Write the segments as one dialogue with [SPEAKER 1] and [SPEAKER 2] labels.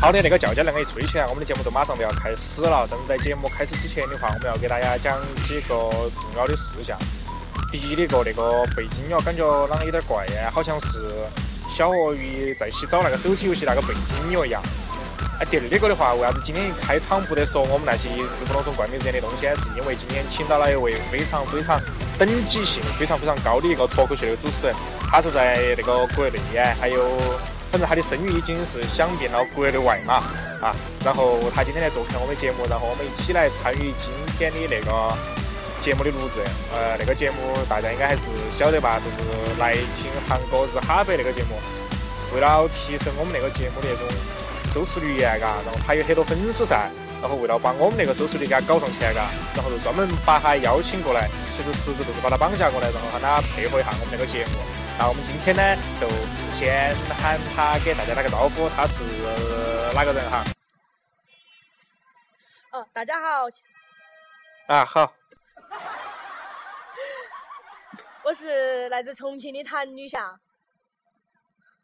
[SPEAKER 1] 好的，那个叫叫亮给吹起来，我们的节目都马上都要开始了。但是在节目开始之前的话，我们要给大家讲几个重要的事项。第一的个那个背景音乐感觉啷个有点怪呀，好像是小鳄鱼在洗澡那个手机游戏那个背景音乐一样。哎，第二个的话，为啥子今天一开场不得说我们那些日不隆咚怪美人的东西？是因为今天请到了一位非常非常等级性非常非常高的一个脱口秀的主持人，他是在那个国内哎，还有反正他的声誉已经是响遍了国内外嘛啊。然后他今天来做客我们的节目，然后我们一起来参与今天的那个节目的录制。呃，那个节目大家应该还是晓得吧？就是来听韩国日哈白那个节目，为了提升我们那个节目的那种。收视率呀，嘎，然后还有很多粉丝噻，然后为了把我们那个收视率给它搞上去，啊嘎，然后就专门把他邀请过来，其实实质就是把他绑架过来，然后喊他配合一下我们那个节目。那我们今天呢，就先喊他给大家打个招呼，他是呃哪个人哈？
[SPEAKER 2] 哦，大家好，
[SPEAKER 1] 啊，好，
[SPEAKER 2] 我是来自重庆的谭女侠，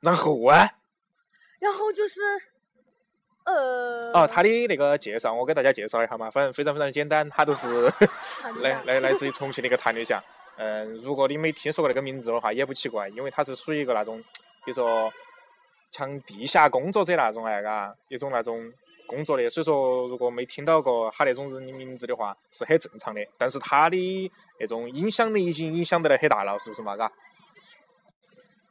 [SPEAKER 1] 然后啊，
[SPEAKER 2] 然后就是，呃，
[SPEAKER 1] 哦，他的那个介绍我给大家介绍一下嘛，反正非常非常简单，他都是
[SPEAKER 2] 谭女
[SPEAKER 1] 来
[SPEAKER 2] 侠，
[SPEAKER 1] 来来自于重庆的一个谭女侠。嗯，如果你没听说过那个名字的话，也不奇怪，因为她是属于一个那种，比如说像地下工作者那种哎，嘎，一种那种工作的。所以说，如果没听到过她那种人的名字的话，是很正常的。但是她的那种影响力已经影响得来很大了，是不是嘛？嘎，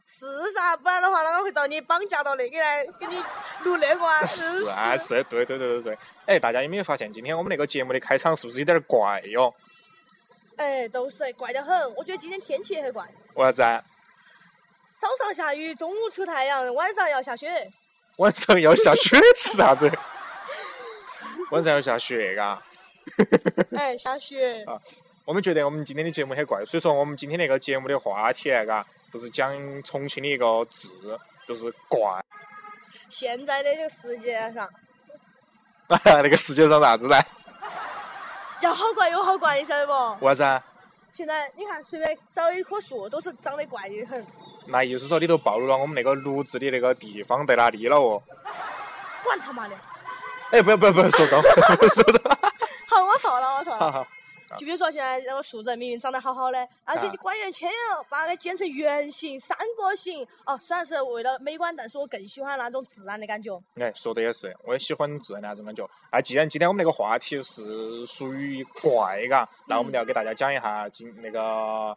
[SPEAKER 2] 是噻，不然的话，啷个会遭你绑架到那个来给你录那个啊？
[SPEAKER 1] 是
[SPEAKER 2] 真
[SPEAKER 1] 啊，是，对对对对对。哎，大家有没有发现，今天我们那个节目的开场是不是有点儿怪哟、
[SPEAKER 2] 哎，都是怪得很。我觉得今天天气也很怪，
[SPEAKER 1] 为啥子啊？
[SPEAKER 2] 早上下雨，中午出太阳，晚上要下雪。
[SPEAKER 1] 晚上要下雪是啥子？ 晚上要下雪，嘎。
[SPEAKER 2] 哎，下雪
[SPEAKER 1] 啊我们觉得我们今天的节目很怪，所以说我们今天那个节目的话题，嘎，就是讲重庆的一个字，就是怪。
[SPEAKER 2] 现在的这个世界上，
[SPEAKER 1] 那个世界上啥子呢？
[SPEAKER 2] 要好怪有好怪，你晓得不？
[SPEAKER 1] 为啥子啊？
[SPEAKER 2] 现在你看，随便找一棵树都是长得怪得很，
[SPEAKER 1] 那意思说你都暴露了我们那个录制的那个地方在哪里了哦？
[SPEAKER 2] 管他妈的！
[SPEAKER 1] 哎，不要不要不要，说脏话，说脏 话，
[SPEAKER 2] 好，我错了，我错
[SPEAKER 1] 好
[SPEAKER 2] 了。
[SPEAKER 1] 好
[SPEAKER 2] 就比如说现在那个树人明明长得好好的，而且
[SPEAKER 1] 啊
[SPEAKER 2] 管圆圈哦，把它剪成圆形、三角形。哦，虽然是为了美观，但是我更喜欢那种自然的感觉。
[SPEAKER 1] 哎，说的也是，我也喜欢自然那种感觉。那既然今天我们那个话题是属于怪，嘎，那我们就要给大家讲一下今那个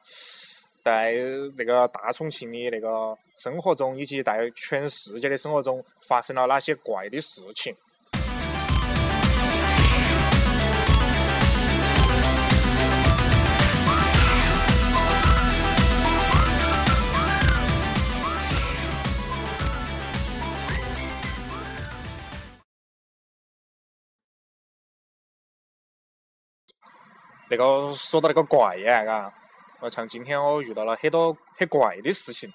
[SPEAKER 1] 在那个大重庆的那个生活中，以及在全世界的生活中发生了哪些怪的事情。那个说到那个怪呀，嘎，我像今天我遇到了很多很怪的事情。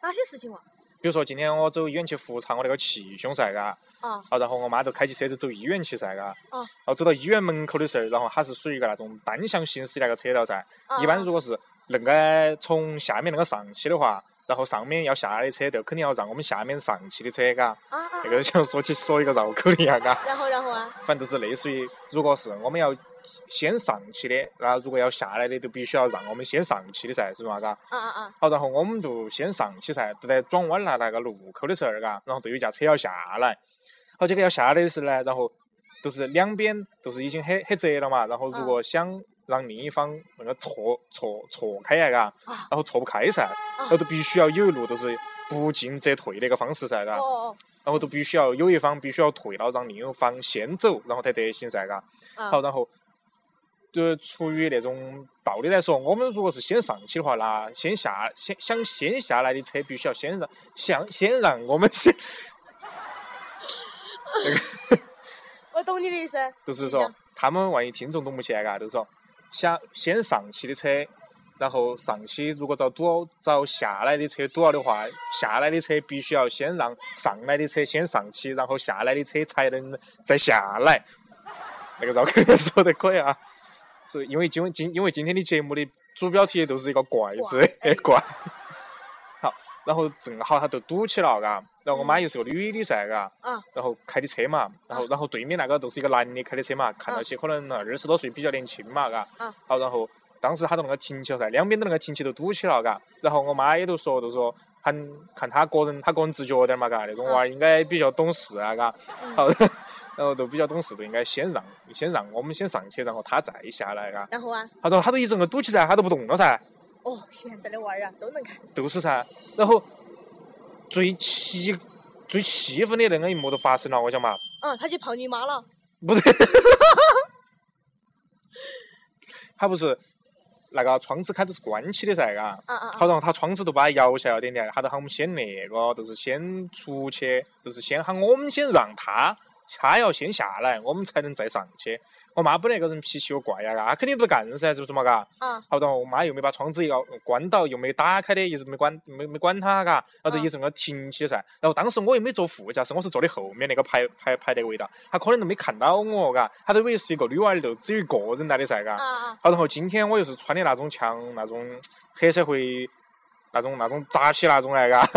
[SPEAKER 2] 哪些事情哇？啊
[SPEAKER 1] 比如说今天我走医院去复查我那个气胸噻，嘎，
[SPEAKER 2] 啊
[SPEAKER 1] 啊，然后我妈就开起车子走医院去噻，嘎，
[SPEAKER 2] 啊
[SPEAKER 1] 然后走到医院门口的时候，然后它是属于一个那种单向行驶的那个车道噻，
[SPEAKER 2] 啊！
[SPEAKER 1] 一般如果是恁个从下面那个上去的话，然后上面要下来的车，就肯定要让我们下面上去的车，嘎，
[SPEAKER 2] 啊啊！啊
[SPEAKER 1] 那个像说起说一个绕口令一样，嘎，
[SPEAKER 2] 然后然后啊，
[SPEAKER 1] 反正就是类似于，如果是我们要先上去的，然后如果要下来的，就必须要让我们先上去的噻，是吧？嘎。
[SPEAKER 2] 啊啊啊！
[SPEAKER 1] 好，然后我们就先上去噻，就在转弯那那个路口的时候，嘎，然后就有一架车要下来。好，这个要下来的时候呢，然后就是两边都是已经很很窄了嘛，然后如果想让另一方那个错错错开呀，嘎，
[SPEAKER 2] 啊
[SPEAKER 1] 然后错不开噻，然后就必须要有一路就是不进则退的一个方式噻，嘎
[SPEAKER 2] 哦。哦
[SPEAKER 1] 然后都必须要有一方必须要退了，让另一方先走，然后才得行噻，嘎。
[SPEAKER 2] 哦！
[SPEAKER 1] 好，
[SPEAKER 2] 啊
[SPEAKER 1] 然后就出于那种道理来说，我们如果是先上去的话，那先下先想先下来的车必须要先让想先让我们先，
[SPEAKER 2] 我懂你的意思。
[SPEAKER 1] 就是
[SPEAKER 2] 你
[SPEAKER 1] 说
[SPEAKER 2] 讲
[SPEAKER 1] 他们万一听众懂不起来，嘎，就是说想先上去的车。然后上去，如果遭堵遭下来的车堵了的话，下来的车必须要先让上来的车先上去，然后下来的车才能再下来。那个绕口令说的可以啊，所以因为今今因为今天的节目的主标题都是一个怪字，哎
[SPEAKER 2] 怪
[SPEAKER 1] 怪。好，然后正好它就堵起了，嘎，然后我妈又是个女的噻，嘎，
[SPEAKER 2] 啊，
[SPEAKER 1] 然后开的车嘛，然后然后对面那个都是一个男的开的车嘛，看到起可能二十多岁，比较年轻嘛，嘎
[SPEAKER 2] 啊，
[SPEAKER 1] 好，然后当时他到那个停起了噻，两边都那个停起都堵起了，嘎，然后我妈也都说，就说喊看他个人，他个人自觉点嘛，嘎，那种娃儿应该比较懂事啊，嘎，好， 然后都比较懂事，都应该先让先让我们先上去，然后他再下来，嘎，
[SPEAKER 2] 然后啊，
[SPEAKER 1] 他说他都一直个堵起噻，他都不动了噻，
[SPEAKER 2] 哦，现在的娃儿啊都能看，
[SPEAKER 1] 都是噻，然后最气最气愤的那个一幕都发生了，我想嘛。
[SPEAKER 2] 嗯，他去泡你妈了，
[SPEAKER 1] 不是，他不是那个窗子开都是关起的噻，嘎。
[SPEAKER 2] 啊啊
[SPEAKER 1] 好，
[SPEAKER 2] 啊，
[SPEAKER 1] 然后他窗子都把它摇下来点点，他都喊我们先那个，就是先出去，就是先喊我们先让他，他要先下来，我们才能再上去。我妈本来个人脾气又怪呀，嘎，她肯定不干噻，是不是嘛，嘎？
[SPEAKER 2] 啊，
[SPEAKER 1] 好，然后我妈又没把窗子要关到，又没打开的，一直没关，没没管他，
[SPEAKER 2] 啊
[SPEAKER 1] 嘎，然后就一直那个停起的噻。然后当时我又没坐副驾驶，我是坐的后面那个排排排那个位的，他可能都没看到我，嘎，他都以为是一个女娃儿，就只有一个人来的噻，嘎。
[SPEAKER 2] 啊啊，
[SPEAKER 1] 好，然后今天我又是穿的那种像那种黑社会那种那种杂皮那种来，嘎，
[SPEAKER 2] 啊，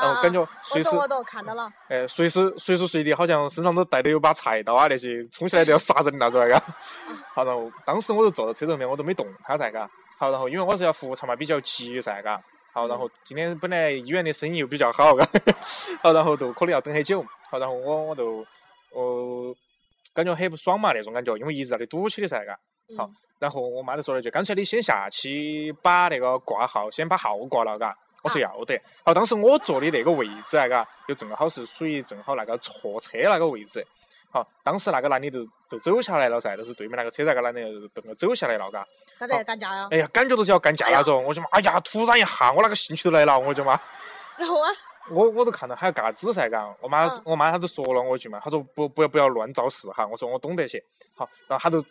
[SPEAKER 1] 然后感觉
[SPEAKER 2] 我
[SPEAKER 1] 随时
[SPEAKER 2] 懂我懂，看到了，
[SPEAKER 1] 哎随时随时随地好像身上都带着有把菜刀啊那些，冲起来都要杀人那种来，嘎。 好，然后当时我就坐在车头面，我都没动他噻，嘎。好，然后因为我是要复查嘛，比较急噻，嘎。好，然后今天本来医院的生意又比较好，嘎。 好，然后就可能要等很久。好，然后我我就哦，感觉很不爽嘛那种感觉，因为一直在那里堵起的噻，嘎。
[SPEAKER 2] 嗯
[SPEAKER 1] 好，然后我妈就说了一句：“干脆你先下去把那个挂号，先把号挂了，嘎。”我说要得。好，当时我坐的那个位置啊，嘎，又正好是属于正好那个错车那个位置。好，当时那个男的就就走下来了噻，就是对面那个车那个男的就就走下来了，嘎。
[SPEAKER 2] 他在打架呀，
[SPEAKER 1] 哎呀，感觉都是要干架那种。我就嘛，哎呀，突然一下，我那个兴趣都来了，我就嘛。
[SPEAKER 2] 然后啊，
[SPEAKER 1] 我我都看到他要干啥子噻，嘎，我妈、
[SPEAKER 2] 嗯
[SPEAKER 1] 我妈她都说了我一句嘛，她说不不要不要乱造势哈，我说我懂得些，好，然后她都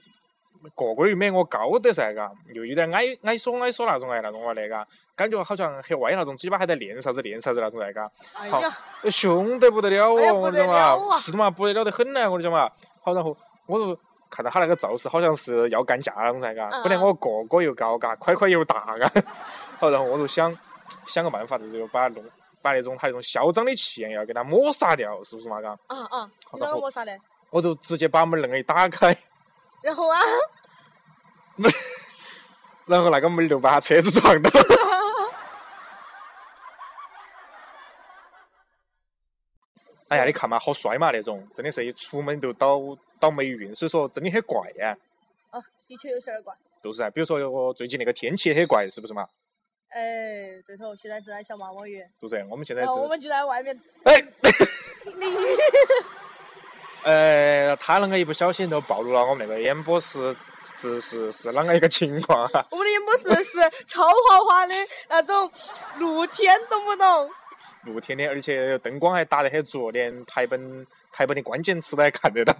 [SPEAKER 1] 个个又没我高得噻，嘎，又有点矮矮说矮说那种哎那种娃儿嘞，嘎，感觉好像很歪那种，嘴巴还在练啥子练啥子那种哎，嘎，
[SPEAKER 2] 哎
[SPEAKER 1] 好
[SPEAKER 2] 呀，
[SPEAKER 1] 凶得不得了哦，
[SPEAKER 2] 哎呀
[SPEAKER 1] 我
[SPEAKER 2] 不
[SPEAKER 1] 跟
[SPEAKER 2] 得
[SPEAKER 1] 你讲
[SPEAKER 2] 了
[SPEAKER 1] 嘛，
[SPEAKER 2] 啊
[SPEAKER 1] 是的嘛，不得了得很啊呢，我跟你讲嘛，好，然后我就看到他那个造势，好像是要干架那种噻，嘎，
[SPEAKER 2] 嗯
[SPEAKER 1] 本来我个个又高，嘎，块块又大，嘎， 好，然后我就想想个办法，就是把弄把那种他那种嚣张的气焰要给他抹杀掉，是不是嘛，嘎？
[SPEAKER 2] 啊啊，
[SPEAKER 1] 好
[SPEAKER 2] 你
[SPEAKER 1] 的
[SPEAKER 2] 让
[SPEAKER 1] 好
[SPEAKER 2] 我啥的，
[SPEAKER 1] 我就直接把门恁个一打开，
[SPEAKER 2] 然后啊，
[SPEAKER 1] 然后那个门就把他车子撞到。哎呀，你看嘛，好帅嘛那种，真的是一出门就倒倒霉运，所以说真的很怪呀，
[SPEAKER 2] 啊，的确有些儿怪。
[SPEAKER 1] 都是噻。啊比如说我最近那个天气也很怪，是不是嘛？
[SPEAKER 2] 哎，对头，现在正在下毛毛雨，
[SPEAKER 1] 是不是？我们现在
[SPEAKER 2] 然后哦我
[SPEAKER 1] 是
[SPEAKER 2] 们就在外面
[SPEAKER 1] 哎
[SPEAKER 2] 淋雨。
[SPEAKER 1] 呃，他啷个一不小心就暴露了我们那个演播室是是是啷个一个情况啊？
[SPEAKER 2] 我们的演播室 是超豪华的那种露天，懂不懂？
[SPEAKER 1] 露天的，而且灯光还打得很足，连台本台本的关键词都还看得 到。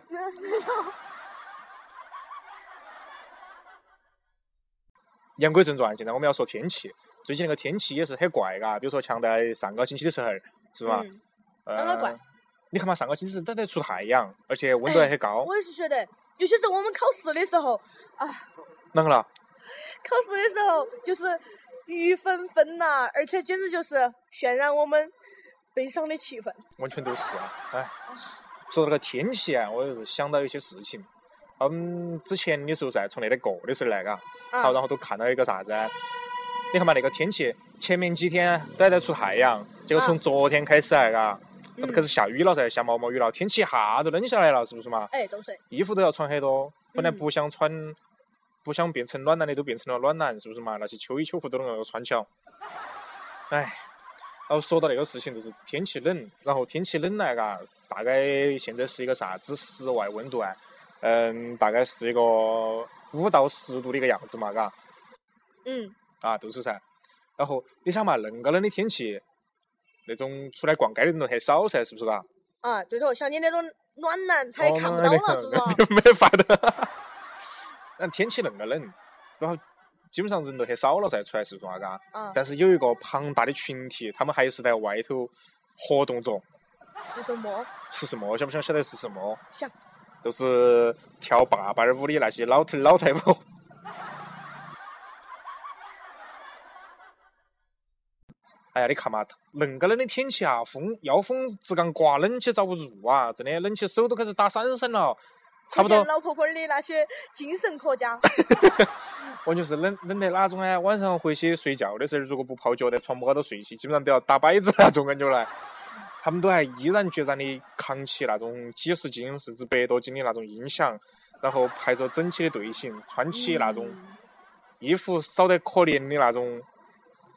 [SPEAKER 1] 言归正传，现在我们要说天气。最近那个天气也是很怪，嘎，比如说像在上个星期的时候，是吧？
[SPEAKER 2] 嗯，
[SPEAKER 1] 呃
[SPEAKER 2] 当然怪。哎
[SPEAKER 1] 你看嘛，上个星期都在出太阳，而且温度还很高，
[SPEAKER 2] 我也是觉得，有些时候我们考试的时候，
[SPEAKER 1] 啷个了？
[SPEAKER 2] 考试的时候就是雨纷纷呐、而且简直就是渲染我们悲伤的气氛。
[SPEAKER 1] 完全都是啊！哎，说到那个天气啊，我也是想到一些事情。嗯，之前的时候噻，从那里过的时候来，嘎，好，
[SPEAKER 2] 啊
[SPEAKER 1] 然后都看到一个啥子啊？你看嘛，那个天气前面几天都还在出太阳，结果从昨天开始啊，嘎、
[SPEAKER 2] 嗯
[SPEAKER 1] 开始下雨了噻，下毛毛雨了，天气一下子冷下来了，是不是嘛？
[SPEAKER 2] 哎，都是，
[SPEAKER 1] 衣服都要穿很多，本来
[SPEAKER 2] 嗯
[SPEAKER 1] 不想穿，不想变成暖男的都变成了暖男，是不是嘛？那些秋衣秋裤都能够穿起了。哎，然后说到那个事情，就是天气冷，然后天气冷来嘎，大概现在是一个啥子室外温度啊？嗯，大概是一个五到十度的一个样子嘛，嘎。
[SPEAKER 2] 嗯，
[SPEAKER 1] 啊，都是噻。然后你想嘛，恁个冷的天气，那种出来逛街的人都很少噻，是不是嘎？
[SPEAKER 2] 啊，对头，像你那种暖男，他也
[SPEAKER 1] 哦
[SPEAKER 2] 看不
[SPEAKER 1] 那
[SPEAKER 2] 到
[SPEAKER 1] 那
[SPEAKER 2] 了，是 不是？
[SPEAKER 1] 就没法的。但天气恁个冷，然后基本上人都很少了噻，出来是不是嘛？嘎？
[SPEAKER 2] 啊，
[SPEAKER 1] 但是有一个庞大的群体，他们还是在外头活动着，
[SPEAKER 2] 是什么？
[SPEAKER 1] 是什么？想不想晓得是什么？
[SPEAKER 2] 想，
[SPEAKER 1] 都是跳八瓣舞的那些老头老太婆。 哎呀，你看嘛，恁个冷的天气啊，风要风直杠刮，冷气遭不住啊！真的，冷气手都开始打闪闪了，差不
[SPEAKER 2] 推荐
[SPEAKER 1] 多
[SPEAKER 2] 老婆婆的那些精神科家，
[SPEAKER 1] 完全是冷冷得哪种呢？晚上回去睡觉的时候，如果不泡脚在床摸到睡起，基本上都要打摆子那种感觉来。 他们都还毅然决然的扛起那种几十斤甚至百多斤的那种音响，然后排着整齐的队形，穿起那种衣服少得可怜的那种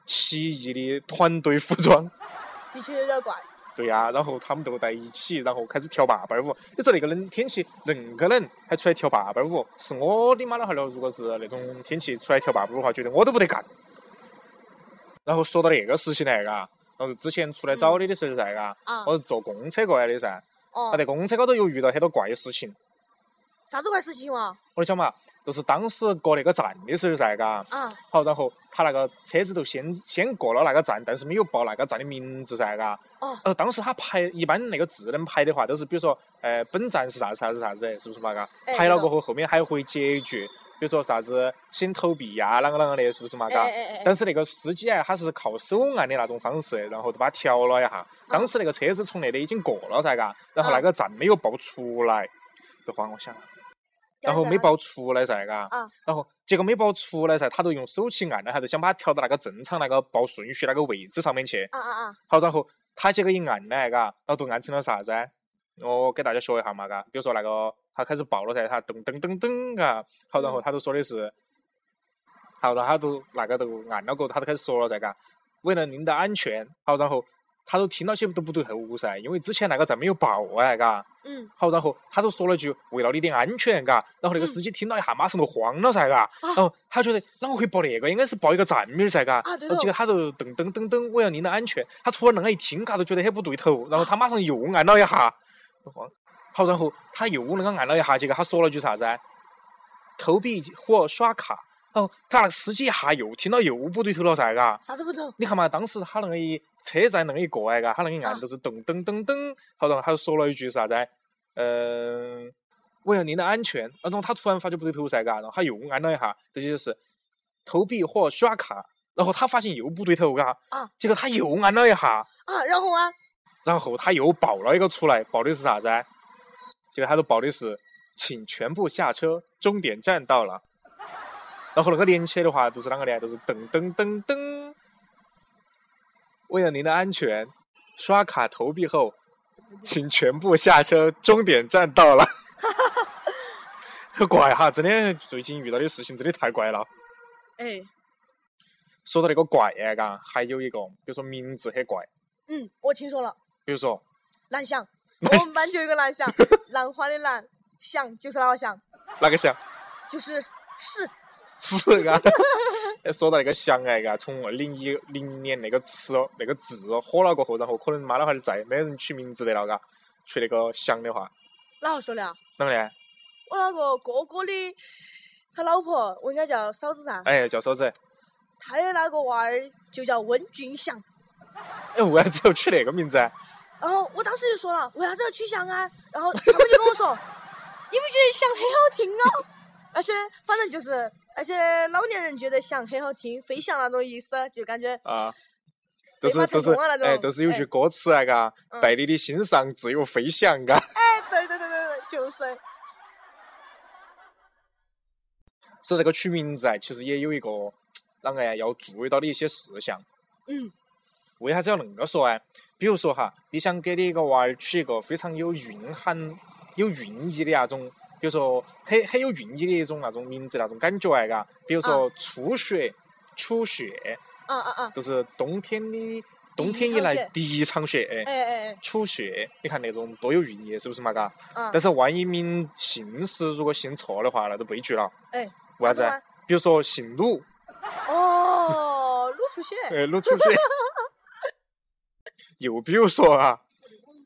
[SPEAKER 1] 奇异的团队服装。
[SPEAKER 2] 的确有点怪。
[SPEAKER 1] 对呀、然后他们都在一起，然后开始跳八百舞。你说那个冷天气，恁个冷还出来跳八百舞，是我的妈老汉儿了！如果是那种天气出来跳八百舞的话，觉得我都不得干。然后说到那个事情来嘎，然后之前出来找你的时候噻嘎，
[SPEAKER 2] 啊，
[SPEAKER 1] 我是坐公车过来的噻，
[SPEAKER 2] 哦
[SPEAKER 1] 啊，在公车高头又遇到很多怪事情。
[SPEAKER 2] 啥子怪事情嘛？
[SPEAKER 1] 我就想嘛，就是当时过那个站的时候噻嘎，
[SPEAKER 2] 啊，
[SPEAKER 1] 好，然后他那个车子头先先过了那个站，但是没有报那个站的名字噻，嘎。
[SPEAKER 2] 哦。
[SPEAKER 1] 呃，当时他排一般那个智能排的话，都是比如说，呃，本站是啥子啥子啥子，是不是嘛？嘎、
[SPEAKER 2] 哎
[SPEAKER 1] 排
[SPEAKER 2] 是
[SPEAKER 1] 了
[SPEAKER 2] 的
[SPEAKER 1] 过后，后面还会结局，比如说啥子请投币呀，啷个啷个的，是不是嘛？
[SPEAKER 2] 哎
[SPEAKER 1] 嘎、
[SPEAKER 2] 哎哎哎，
[SPEAKER 1] 但是那个司机啊，他是靠手按的那种方式，然后就把他调了一下。当时那个车子从那里已经过了噻，嘎，然后那
[SPEAKER 2] 嗯
[SPEAKER 1] 个站没有报出来，这话我想。然后没
[SPEAKER 2] 报
[SPEAKER 1] 报出来噻，嘎、
[SPEAKER 2] 啊
[SPEAKER 1] 然后结果没报出来噻，他都用手去按了，他就想把它调到那个正常那个报顺序那个位置上面去。
[SPEAKER 2] 啊啊啊，
[SPEAKER 1] 好，然后他结果一按呢，嘎，然后都按成了啥子啊？我给大家学一下嘛，嘎，比如说那个他开始报了噻，他噔噔噔噔，嘎，好，然后他都说的是，好，然后他都那个都按了过后，他都开始说了噻，嘎，为了您的安全，好，然后他都听到些都不对头噻，因为之前那个站没有报哎，嘎，
[SPEAKER 2] 嗯，
[SPEAKER 1] 好，然后他都说了句为了你的安全，嘎，然后那个
[SPEAKER 2] 嗯啊
[SPEAKER 1] 司机听到一下，马上就慌了噻，嘎，然后他觉得啷个会报那个，应该是报一个站名儿噻，嘎，
[SPEAKER 2] 啊对
[SPEAKER 1] 然后
[SPEAKER 2] 头
[SPEAKER 1] 结果他就噔噔噔噔，为了您的安全，他突然啷个一听，嘎，都觉得很不对头，然后他马上又嗯按了一下，慌好，然后他又啷个按了一下，结果他说了句啥子啊？投币或刷卡，然后他那个司机一下又听到又不对头了噻，嘎，
[SPEAKER 2] 啥子不懂？
[SPEAKER 1] 你看嘛，当时他那个一车站那个一过来，嘎，他那个一按
[SPEAKER 2] 啊
[SPEAKER 1] 都是噔噔噔噔，好，然后他就说了一句啥子？嗯、为了您的安全，然后他突然发觉不对头噻，嘎，然后他又按了一下，这就是投币或刷卡，然后他发现又不对头，嘎，
[SPEAKER 2] 啊，
[SPEAKER 1] 结果他又按了一下，
[SPEAKER 2] 啊，然后啊，
[SPEAKER 1] 然后他又报了一个出来，报的是啥子？结果他都报的是，请全部下车，终点站到了。然后那个连起来的话，就是啷个的？就是噔噔噔噔。为了您的安全，刷卡投币后，请全部下车，终点站到了。 很怪哈，真的，最近遇到的事情真的太怪了。
[SPEAKER 2] 哎，
[SPEAKER 1] 说到那个怪哎，嘎，还有一个，比如说名字很怪，
[SPEAKER 2] 嗯，我听说了，
[SPEAKER 1] 比如说
[SPEAKER 2] 蓝 翔，我们班就有一个蓝翔，兰花的兰，翔就是那个翔，
[SPEAKER 1] 哪个像？
[SPEAKER 2] 就是是，
[SPEAKER 1] 是啊， 哎说到那个翔哎，嘎，从二零一零年那个词那个字火了过后，然后可能妈老汉儿就再也没人取名字的了，嘎，取那个翔的话，
[SPEAKER 2] 哪个说的啊？
[SPEAKER 1] 啷个呢？
[SPEAKER 2] 我那个哥哥的，他老婆我应该叫嫂子噻，
[SPEAKER 1] 哎，叫啥子？
[SPEAKER 2] 他的那个娃儿就叫温俊祥。
[SPEAKER 1] 哎，为啥子要取那个名字啊？
[SPEAKER 2] 然后我当时就说了，为啥子要取翔啊？然后他们就跟我说，你不觉得翔很好听哦？ 而且反正就是，而且老年人觉得翔很好听，飞翔那种意思，就感觉
[SPEAKER 1] 啊，都
[SPEAKER 2] 飞马
[SPEAKER 1] 是都
[SPEAKER 2] 腾
[SPEAKER 1] 是
[SPEAKER 2] 空啊那种
[SPEAKER 1] 哎，都是有句歌词啊，嘎，
[SPEAKER 2] 嗯
[SPEAKER 1] 带你的心上自由飞翔，嘎。
[SPEAKER 2] 哎，对对对对对，就是，
[SPEAKER 1] 所以这个取名字啊，其实也有一个啷个呀，要注意到的一些事项。
[SPEAKER 2] 嗯，
[SPEAKER 1] 为啥子要恁个说啊？比如说哈，你想给你一个娃儿取一个非常有蕴含、有寓意的那种，比如说很很有寓意的一种那种名字那种感觉哎，嘎，比如说初雪、初雪，
[SPEAKER 2] 啊啊啊，
[SPEAKER 1] 就是冬天的冬
[SPEAKER 2] 第一
[SPEAKER 1] 天以
[SPEAKER 2] 场
[SPEAKER 1] 来
[SPEAKER 2] 雪
[SPEAKER 1] 第一场雪，哎，
[SPEAKER 2] 哎哎哎，
[SPEAKER 1] 初雪，你看那种多有寓意，是不是嘛？嘎，
[SPEAKER 2] 啊
[SPEAKER 1] 但，是万一名姓氏如果姓错的话，那就悲剧了。
[SPEAKER 2] 哎，
[SPEAKER 1] 为啥子
[SPEAKER 2] 懂
[SPEAKER 1] 啊
[SPEAKER 2] 吗？？
[SPEAKER 1] 比如说姓鲁，
[SPEAKER 2] 哦，鲁 出血，
[SPEAKER 1] 呃，露出去。又比如说啊，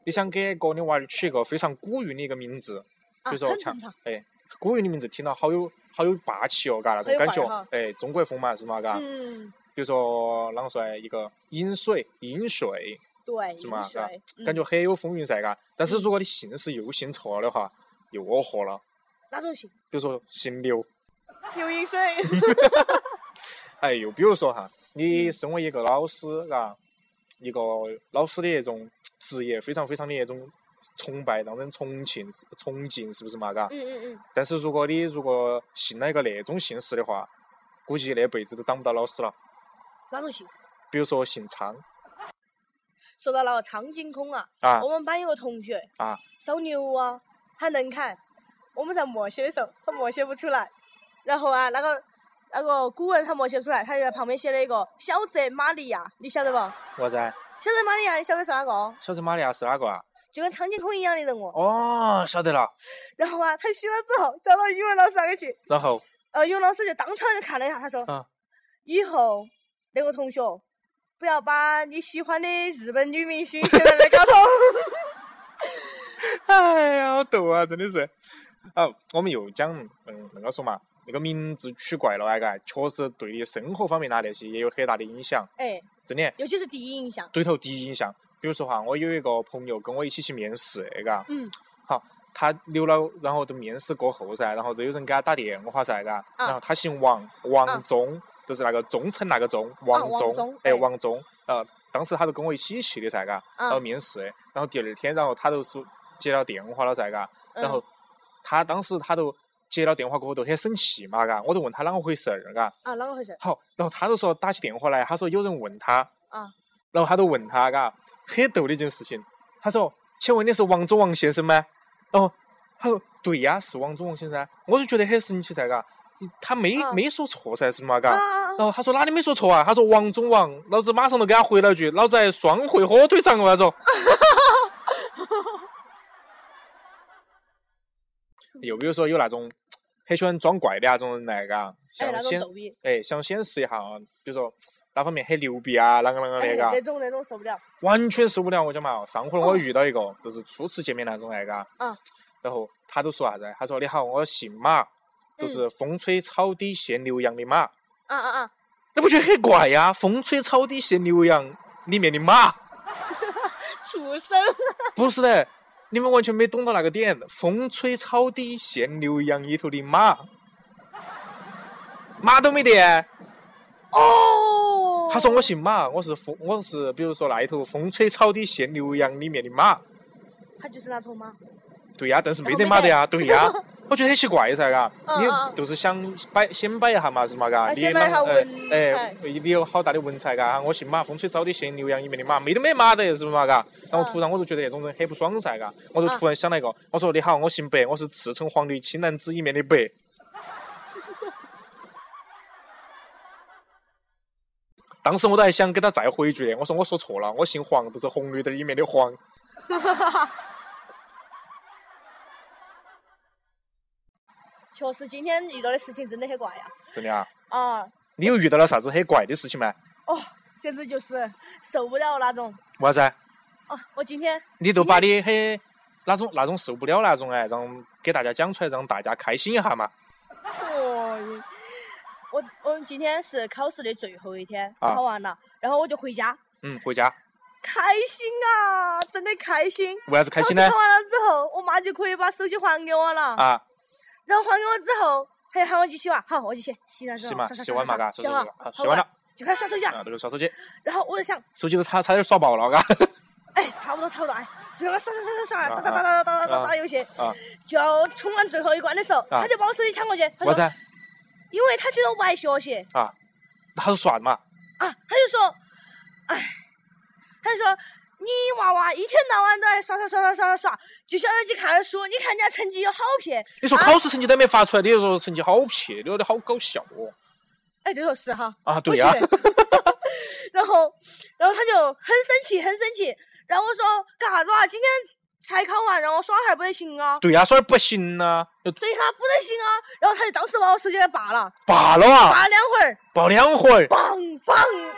[SPEAKER 1] 你想给个你娃儿取一个非常古韵的一个名字，比
[SPEAKER 2] 啊，
[SPEAKER 1] 如说
[SPEAKER 2] 很
[SPEAKER 1] 像
[SPEAKER 2] 正常，
[SPEAKER 1] 哎，古韵的名字听到好有好有霸气哦，嘎，那种
[SPEAKER 2] 很有
[SPEAKER 1] 感
[SPEAKER 2] 范儿
[SPEAKER 1] 觉
[SPEAKER 2] 哈，
[SPEAKER 1] 哎，中国风嘛，是嘛，嘎。
[SPEAKER 2] 嗯，
[SPEAKER 1] 比如说啷个说呢一个饮水，饮水，
[SPEAKER 2] 对，
[SPEAKER 1] 是嘛
[SPEAKER 2] 饮水
[SPEAKER 1] 感
[SPEAKER 2] 嗯
[SPEAKER 1] 觉很有风韵噻，嘎。但是如果你姓氏又姓错了的话，又窝火了。
[SPEAKER 2] 哪种 嗯型？
[SPEAKER 1] 比如说姓刘，
[SPEAKER 2] 有饮水，
[SPEAKER 1] 哎，又比如说哈，你身为一个老师，嘎，一个老师的一种职业，非常非常的一种崇拜，让人崇敬崇敬，是不是嘛？嘎。
[SPEAKER 2] 嗯嗯嗯，
[SPEAKER 1] 但是如果你如果信了一个那种姓氏的话，估计那辈子都当不到老师了。
[SPEAKER 2] 哪种形式？
[SPEAKER 1] 比如说姓苍
[SPEAKER 2] 说到那个苍井空啊，
[SPEAKER 1] 啊
[SPEAKER 2] 我们班有个同学
[SPEAKER 1] 啊，
[SPEAKER 2] 烧牛啊，他能看。我们在默写的时候，他默写不出来。然后啊，那个那个古文他默写不出来，他就在旁边写了一个小泽玛利亚，你晓得不？
[SPEAKER 1] 啥子啊？
[SPEAKER 2] 小泽玛利亚，你晓得是哪个？
[SPEAKER 1] 小泽玛利亚是哪个啊？
[SPEAKER 2] 就跟苍井空一样的人物。
[SPEAKER 1] 哦，晓得了。
[SPEAKER 2] 然后啊，他写了之后，交到语文老师那里去，
[SPEAKER 1] 然后
[SPEAKER 2] 呃，语文老师就当场就看了一下，他说：“
[SPEAKER 1] 啊
[SPEAKER 2] 以后那个同学，不要把你喜欢的日本女明星写在那 高头。
[SPEAKER 1] 哎呀，好逗啊，真的是。哦，我们又讲，嗯，那个说嘛，那个名字取怪了，哎个，确实对你生活方面啊那些也有很大的影响，”
[SPEAKER 2] 哎，
[SPEAKER 1] 真的。
[SPEAKER 2] 尤其是第一印象。
[SPEAKER 1] 对头第一印象，比如说哈，我有一个朋友跟我一起去面试，哎个，
[SPEAKER 2] 嗯，
[SPEAKER 1] 好，他留了，然后都面试过后噻，然后都有人给他打电话噻，嘎，
[SPEAKER 2] 啊
[SPEAKER 1] 然后他姓王，王忠，就是那个忠诚那个忠，
[SPEAKER 2] 王
[SPEAKER 1] 忠
[SPEAKER 2] 忠，
[SPEAKER 1] 哎，
[SPEAKER 2] 哎
[SPEAKER 1] 王忠，呃，当时他都跟我一起去的噻，嘎，然后
[SPEAKER 2] 啊，
[SPEAKER 1] 面试，然后第二天，然后他都说接到电话了噻，嘎，然
[SPEAKER 2] 嗯
[SPEAKER 1] 后他当时他都接到电话过后都很生气嘛，嘎，我都问他啷个回事儿，嘎，
[SPEAKER 2] 啊，啷个回事？
[SPEAKER 1] 好，然后他都说打起电话来，他说有人问他，
[SPEAKER 2] 啊，
[SPEAKER 1] 然后他都问他，嘎，很逗的一件事情，他说，请问你是王中王先生吗？哦，他说对呀，是王中王先生啊，我就觉得很神奇噻，嘎，他没、
[SPEAKER 2] 啊
[SPEAKER 1] 没说错噻，是嘛，嘎，
[SPEAKER 2] 啊啊啊！
[SPEAKER 1] 然后他说哪里没说错啊？他说王中王，老子马上都给他回了句，老子还双汇火腿肠那种。又比如 说有那种很喜欢装怪的那种人来，嘎，
[SPEAKER 2] 哎，
[SPEAKER 1] 想
[SPEAKER 2] 那种
[SPEAKER 1] 显
[SPEAKER 2] 逗逼，
[SPEAKER 1] 哎想显示一下啊，比如说哪方面很牛逼啊，啷个啷个
[SPEAKER 2] 哎
[SPEAKER 1] 的，
[SPEAKER 2] 那
[SPEAKER 1] 嘎，
[SPEAKER 2] 种那种受不了。
[SPEAKER 1] 完全受不了。我讲嘛，上回我遇到一个，就是初次见面那种来，嘎，
[SPEAKER 2] 啊，
[SPEAKER 1] 然后他都说啥子？他说你好，我姓马，就
[SPEAKER 2] 嗯
[SPEAKER 1] 是风吹草低见牛羊的马。
[SPEAKER 2] 啊啊啊！
[SPEAKER 1] 那不觉得很怪呀？风吹草低见牛羊里面的马，
[SPEAKER 2] 畜生！
[SPEAKER 1] 不是的，你们完全没懂到那个点。风吹草低见牛羊里头的马，马都没得。
[SPEAKER 2] 哦。
[SPEAKER 1] 他说我姓马，我是风，我是比如说那一头风吹草低见牛羊里面的马，
[SPEAKER 2] 他就是那头吗？
[SPEAKER 1] 对呀，但是没得马的呀，对呀。 我觉得很奇怪噻，嘎，
[SPEAKER 2] 哦嗯嗯
[SPEAKER 1] 你就是想摆先摆一下嘛，是嘛，嘎？
[SPEAKER 2] 哎
[SPEAKER 1] 你
[SPEAKER 2] 先摆一下
[SPEAKER 1] 啷
[SPEAKER 2] 文
[SPEAKER 1] 哎
[SPEAKER 2] 采
[SPEAKER 1] 哎，你有好大的文采，嘎！我姓马，风吹草低见牛羊里面的马，没得没马的，是不嘛，嘎？然后
[SPEAKER 2] 嗯
[SPEAKER 1] 突然我就觉得那种人很不爽噻，嘎！我就
[SPEAKER 2] 啊
[SPEAKER 1] 突然想了一个，我说你好，我姓白，我是赤橙黄绿青蓝紫里面的白。 当时我都还想给他再回一句的，我说我说错了，我姓黄，就是红绿灯里面的黄。
[SPEAKER 2] 确实，今天遇到的事情真的很怪呀、
[SPEAKER 1] 真的啊，
[SPEAKER 2] 啊！
[SPEAKER 1] 你又遇到了啥子很怪的事情吗？
[SPEAKER 2] 哦，简直就是受不了那种。
[SPEAKER 1] 为啥子？
[SPEAKER 2] 哦，我今天
[SPEAKER 1] 你都把你很那种那种受不了那种哎，让给大家讲出来，让大家开心一下嘛。
[SPEAKER 2] 哦，我我们今天是考试的最后一天，
[SPEAKER 1] 啊
[SPEAKER 2] 考完了，然后我就回家，
[SPEAKER 1] 嗯，回家
[SPEAKER 2] 开心啊，真的开心。
[SPEAKER 1] 为啥子开心
[SPEAKER 2] 考
[SPEAKER 1] 呢
[SPEAKER 2] 试？考完了之后，我妈就可以把手机还给我了。
[SPEAKER 1] 啊，
[SPEAKER 2] 然后还给我之后，她就喊我去洗碗，好，我去洗，洗了之
[SPEAKER 1] 洗
[SPEAKER 2] 后
[SPEAKER 1] 嘛，
[SPEAKER 2] 刷刷
[SPEAKER 1] 洗
[SPEAKER 2] 刷
[SPEAKER 1] 完嘛
[SPEAKER 2] 刷
[SPEAKER 1] 嘎，是
[SPEAKER 2] 刷洗
[SPEAKER 1] 是
[SPEAKER 2] 好
[SPEAKER 1] 是好，洗完了
[SPEAKER 2] 就开始刷手机了。
[SPEAKER 1] 啊，这个耍手机，
[SPEAKER 2] 然后我就想，
[SPEAKER 1] 手机都差差点耍爆了嘎。
[SPEAKER 2] 哎，差不多差不多，哎，就那个刷刷刷刷
[SPEAKER 1] 啊
[SPEAKER 2] 刷，打打打打打打打
[SPEAKER 1] 啊
[SPEAKER 2] 打游戏
[SPEAKER 1] 啊，
[SPEAKER 2] 就要冲完最后一关的时候，
[SPEAKER 1] 啊
[SPEAKER 2] 她就把我手机抢过去，她
[SPEAKER 1] 为
[SPEAKER 2] 说，
[SPEAKER 1] 啥
[SPEAKER 2] 因为她觉得我不爱学习。
[SPEAKER 1] 啊？他是耍的嘛？
[SPEAKER 2] 啊，他就说，哎，他就说你娃娃一天到晚都在刷刷刷刷刷刷刷，就晓得去看书，你看人家成绩有好撇。
[SPEAKER 1] 你说考试成绩都没发出来，你就说成绩好撇，你好搞笑哦。
[SPEAKER 2] 哎，对头是哈，
[SPEAKER 1] 啊，
[SPEAKER 2] 我
[SPEAKER 1] 对呀
[SPEAKER 2] 觉，得 然后，然后他就很生气，很生气。然后我说干啥子啊？今天才考完，让我耍还不得行啊？
[SPEAKER 1] 对呀，耍的不行呐，就
[SPEAKER 2] 对他不得行啊！然后他就当时把我手机给拔了，
[SPEAKER 1] 拔了啊，
[SPEAKER 2] 拔两会儿，
[SPEAKER 1] 拔两回儿。
[SPEAKER 2] 梆梆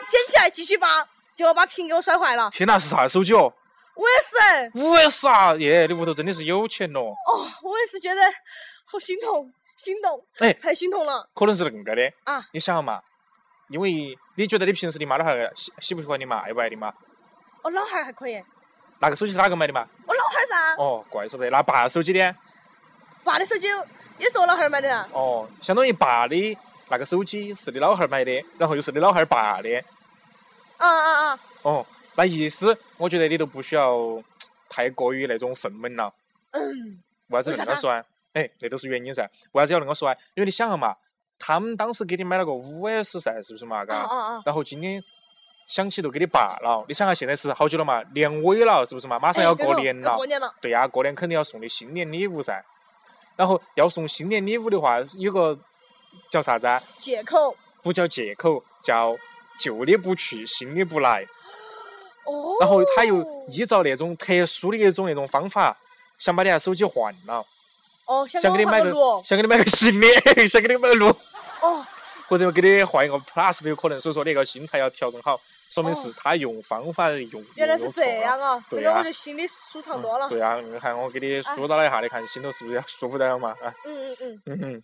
[SPEAKER 2] 捡起来继续拔，结果把屏给我摔坏了。
[SPEAKER 1] 天呐，是啥手机哦？
[SPEAKER 2] 我也是，哎
[SPEAKER 1] 五 S 啊，耶，你屋头真的是有钱咯。
[SPEAKER 2] 哦，我也是觉得好心痛，心动，
[SPEAKER 1] 哎
[SPEAKER 2] 太心痛了
[SPEAKER 1] 可能是恁个的。
[SPEAKER 2] 啊！
[SPEAKER 1] 你想嘛，因为你觉得你平时你妈老汉儿喜喜不喜欢你嘛，爱不爱你嘛？
[SPEAKER 2] 我脑孩儿还可以，
[SPEAKER 1] 那个手机是哪个买的嘛？
[SPEAKER 2] 我脑孩儿噻，
[SPEAKER 1] 哦，怪晓不得。那爸手机呢？
[SPEAKER 2] 爸的手机也是我脑孩儿买的啊啦。
[SPEAKER 1] 哦，相当于爸的那个手机是你老汉儿买的，然后又是你老汉儿爸的。
[SPEAKER 2] 啊啊啊！
[SPEAKER 1] 哦，那意思，我觉得你都不需要太过于那种愤懑了。
[SPEAKER 2] 嗯，
[SPEAKER 1] 为啥子
[SPEAKER 2] 为啥
[SPEAKER 1] 恁个
[SPEAKER 2] 子啊
[SPEAKER 1] 酸？哎，那都是原因噻。为啥子要恁个酸？因为你想啊嘛，他们当时给你买了个五 S 噻，是不是啊嘛？
[SPEAKER 2] 哦
[SPEAKER 1] 嘎、
[SPEAKER 2] 哦哦，
[SPEAKER 1] 然后今天想起都给你罢了。你想下现在是好久了嘛？年尾了，是不是嘛？马上
[SPEAKER 2] 哎
[SPEAKER 1] 要
[SPEAKER 2] 对
[SPEAKER 1] 过
[SPEAKER 2] 头
[SPEAKER 1] 年
[SPEAKER 2] 要
[SPEAKER 1] 了。
[SPEAKER 2] 过年了，
[SPEAKER 1] 对呀、过年肯定要送你新年礼物噻。然后要送新年礼物的话，有个叫啥子啊？
[SPEAKER 2] 借口
[SPEAKER 1] 不叫借口，叫旧的不去，新的不来。
[SPEAKER 2] 哦。
[SPEAKER 1] 然后他又依照那种特殊的一种那种方法，想把你的手机换了，
[SPEAKER 2] 哦，
[SPEAKER 1] 想给你
[SPEAKER 2] 我
[SPEAKER 1] 买
[SPEAKER 2] 换
[SPEAKER 1] 个
[SPEAKER 2] 路
[SPEAKER 1] 想给你买个新的， 想给你买个六，
[SPEAKER 2] 哦，
[SPEAKER 1] 或者给你换一个 Plus 都有可能。所以说，你那个心态要调整好，说明
[SPEAKER 2] 哦
[SPEAKER 1] 是他用方法用
[SPEAKER 2] 原来是
[SPEAKER 1] 用错
[SPEAKER 2] 这样
[SPEAKER 1] 了。
[SPEAKER 2] 啊，
[SPEAKER 1] 对
[SPEAKER 2] 那
[SPEAKER 1] 呀
[SPEAKER 2] 个我就心里舒畅多了。
[SPEAKER 1] 对呀、你看我给你疏导了一下，你看心头是不是要舒服点了嘛？ 啊，
[SPEAKER 2] 嗯嗯嗯，
[SPEAKER 1] 嗯哼，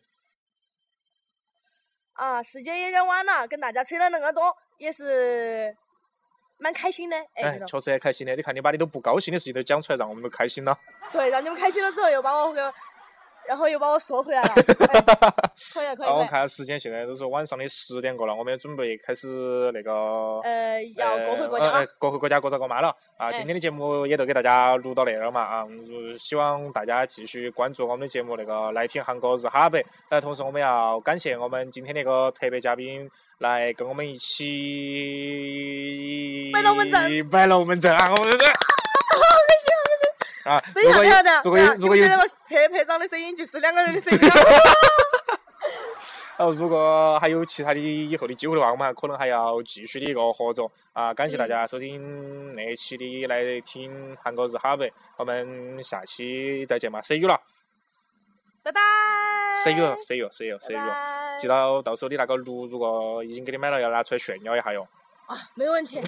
[SPEAKER 2] 啊，时间有点晚了，跟大家吹了恁个多，也是蛮开心的。哎，
[SPEAKER 1] 哎
[SPEAKER 2] 这，种
[SPEAKER 1] 确实也开心的。你看，你把你都不高兴的事情都讲出来，让我们都开心了。
[SPEAKER 2] 对，让你们开心了之后，又把我给，然后又把我说回来 了。哎可以可以
[SPEAKER 1] 然后我
[SPEAKER 2] 可以，
[SPEAKER 1] 看时间现在都是晚上的十点过了，我们准备开始那个
[SPEAKER 2] 呃，要
[SPEAKER 1] 呃
[SPEAKER 2] 各回各家
[SPEAKER 1] 呃
[SPEAKER 2] 啊
[SPEAKER 1] 呃。各回各家，各找各妈了啊！
[SPEAKER 2] 哎
[SPEAKER 1] 今天的节目也都给大家录到那儿了嘛啊！嗯希望大家继续关注我们的节目，那个来听韩国日哈白。呃，同时我们要感谢我们今天那个特别嘉宾来跟我们一起
[SPEAKER 2] 摆龙门阵，
[SPEAKER 1] 摆龙门阵啊！我们 这。啊！
[SPEAKER 2] 等一
[SPEAKER 1] 如果有
[SPEAKER 2] 下，等一下，等一下，哎
[SPEAKER 1] 如果有如果有
[SPEAKER 2] 你们那个拍拍照的声音就是两个人的声音啊。
[SPEAKER 1] 哦，如果还有其他的以后的机会的话，我们还可能还要继续的一个合作啊！感谢大
[SPEAKER 2] 嗯
[SPEAKER 1] 家收听那一期的来听韩国日哈白，我们下期再见嘛，see you 了
[SPEAKER 2] 拜拜。
[SPEAKER 1] ，see you，see you，see you，see
[SPEAKER 2] 拜
[SPEAKER 1] you，
[SPEAKER 2] 拜。
[SPEAKER 1] 记到到时候你那个鹿如果已经给你买了，要拿出来炫耀一下哟。
[SPEAKER 2] 啊，没问题。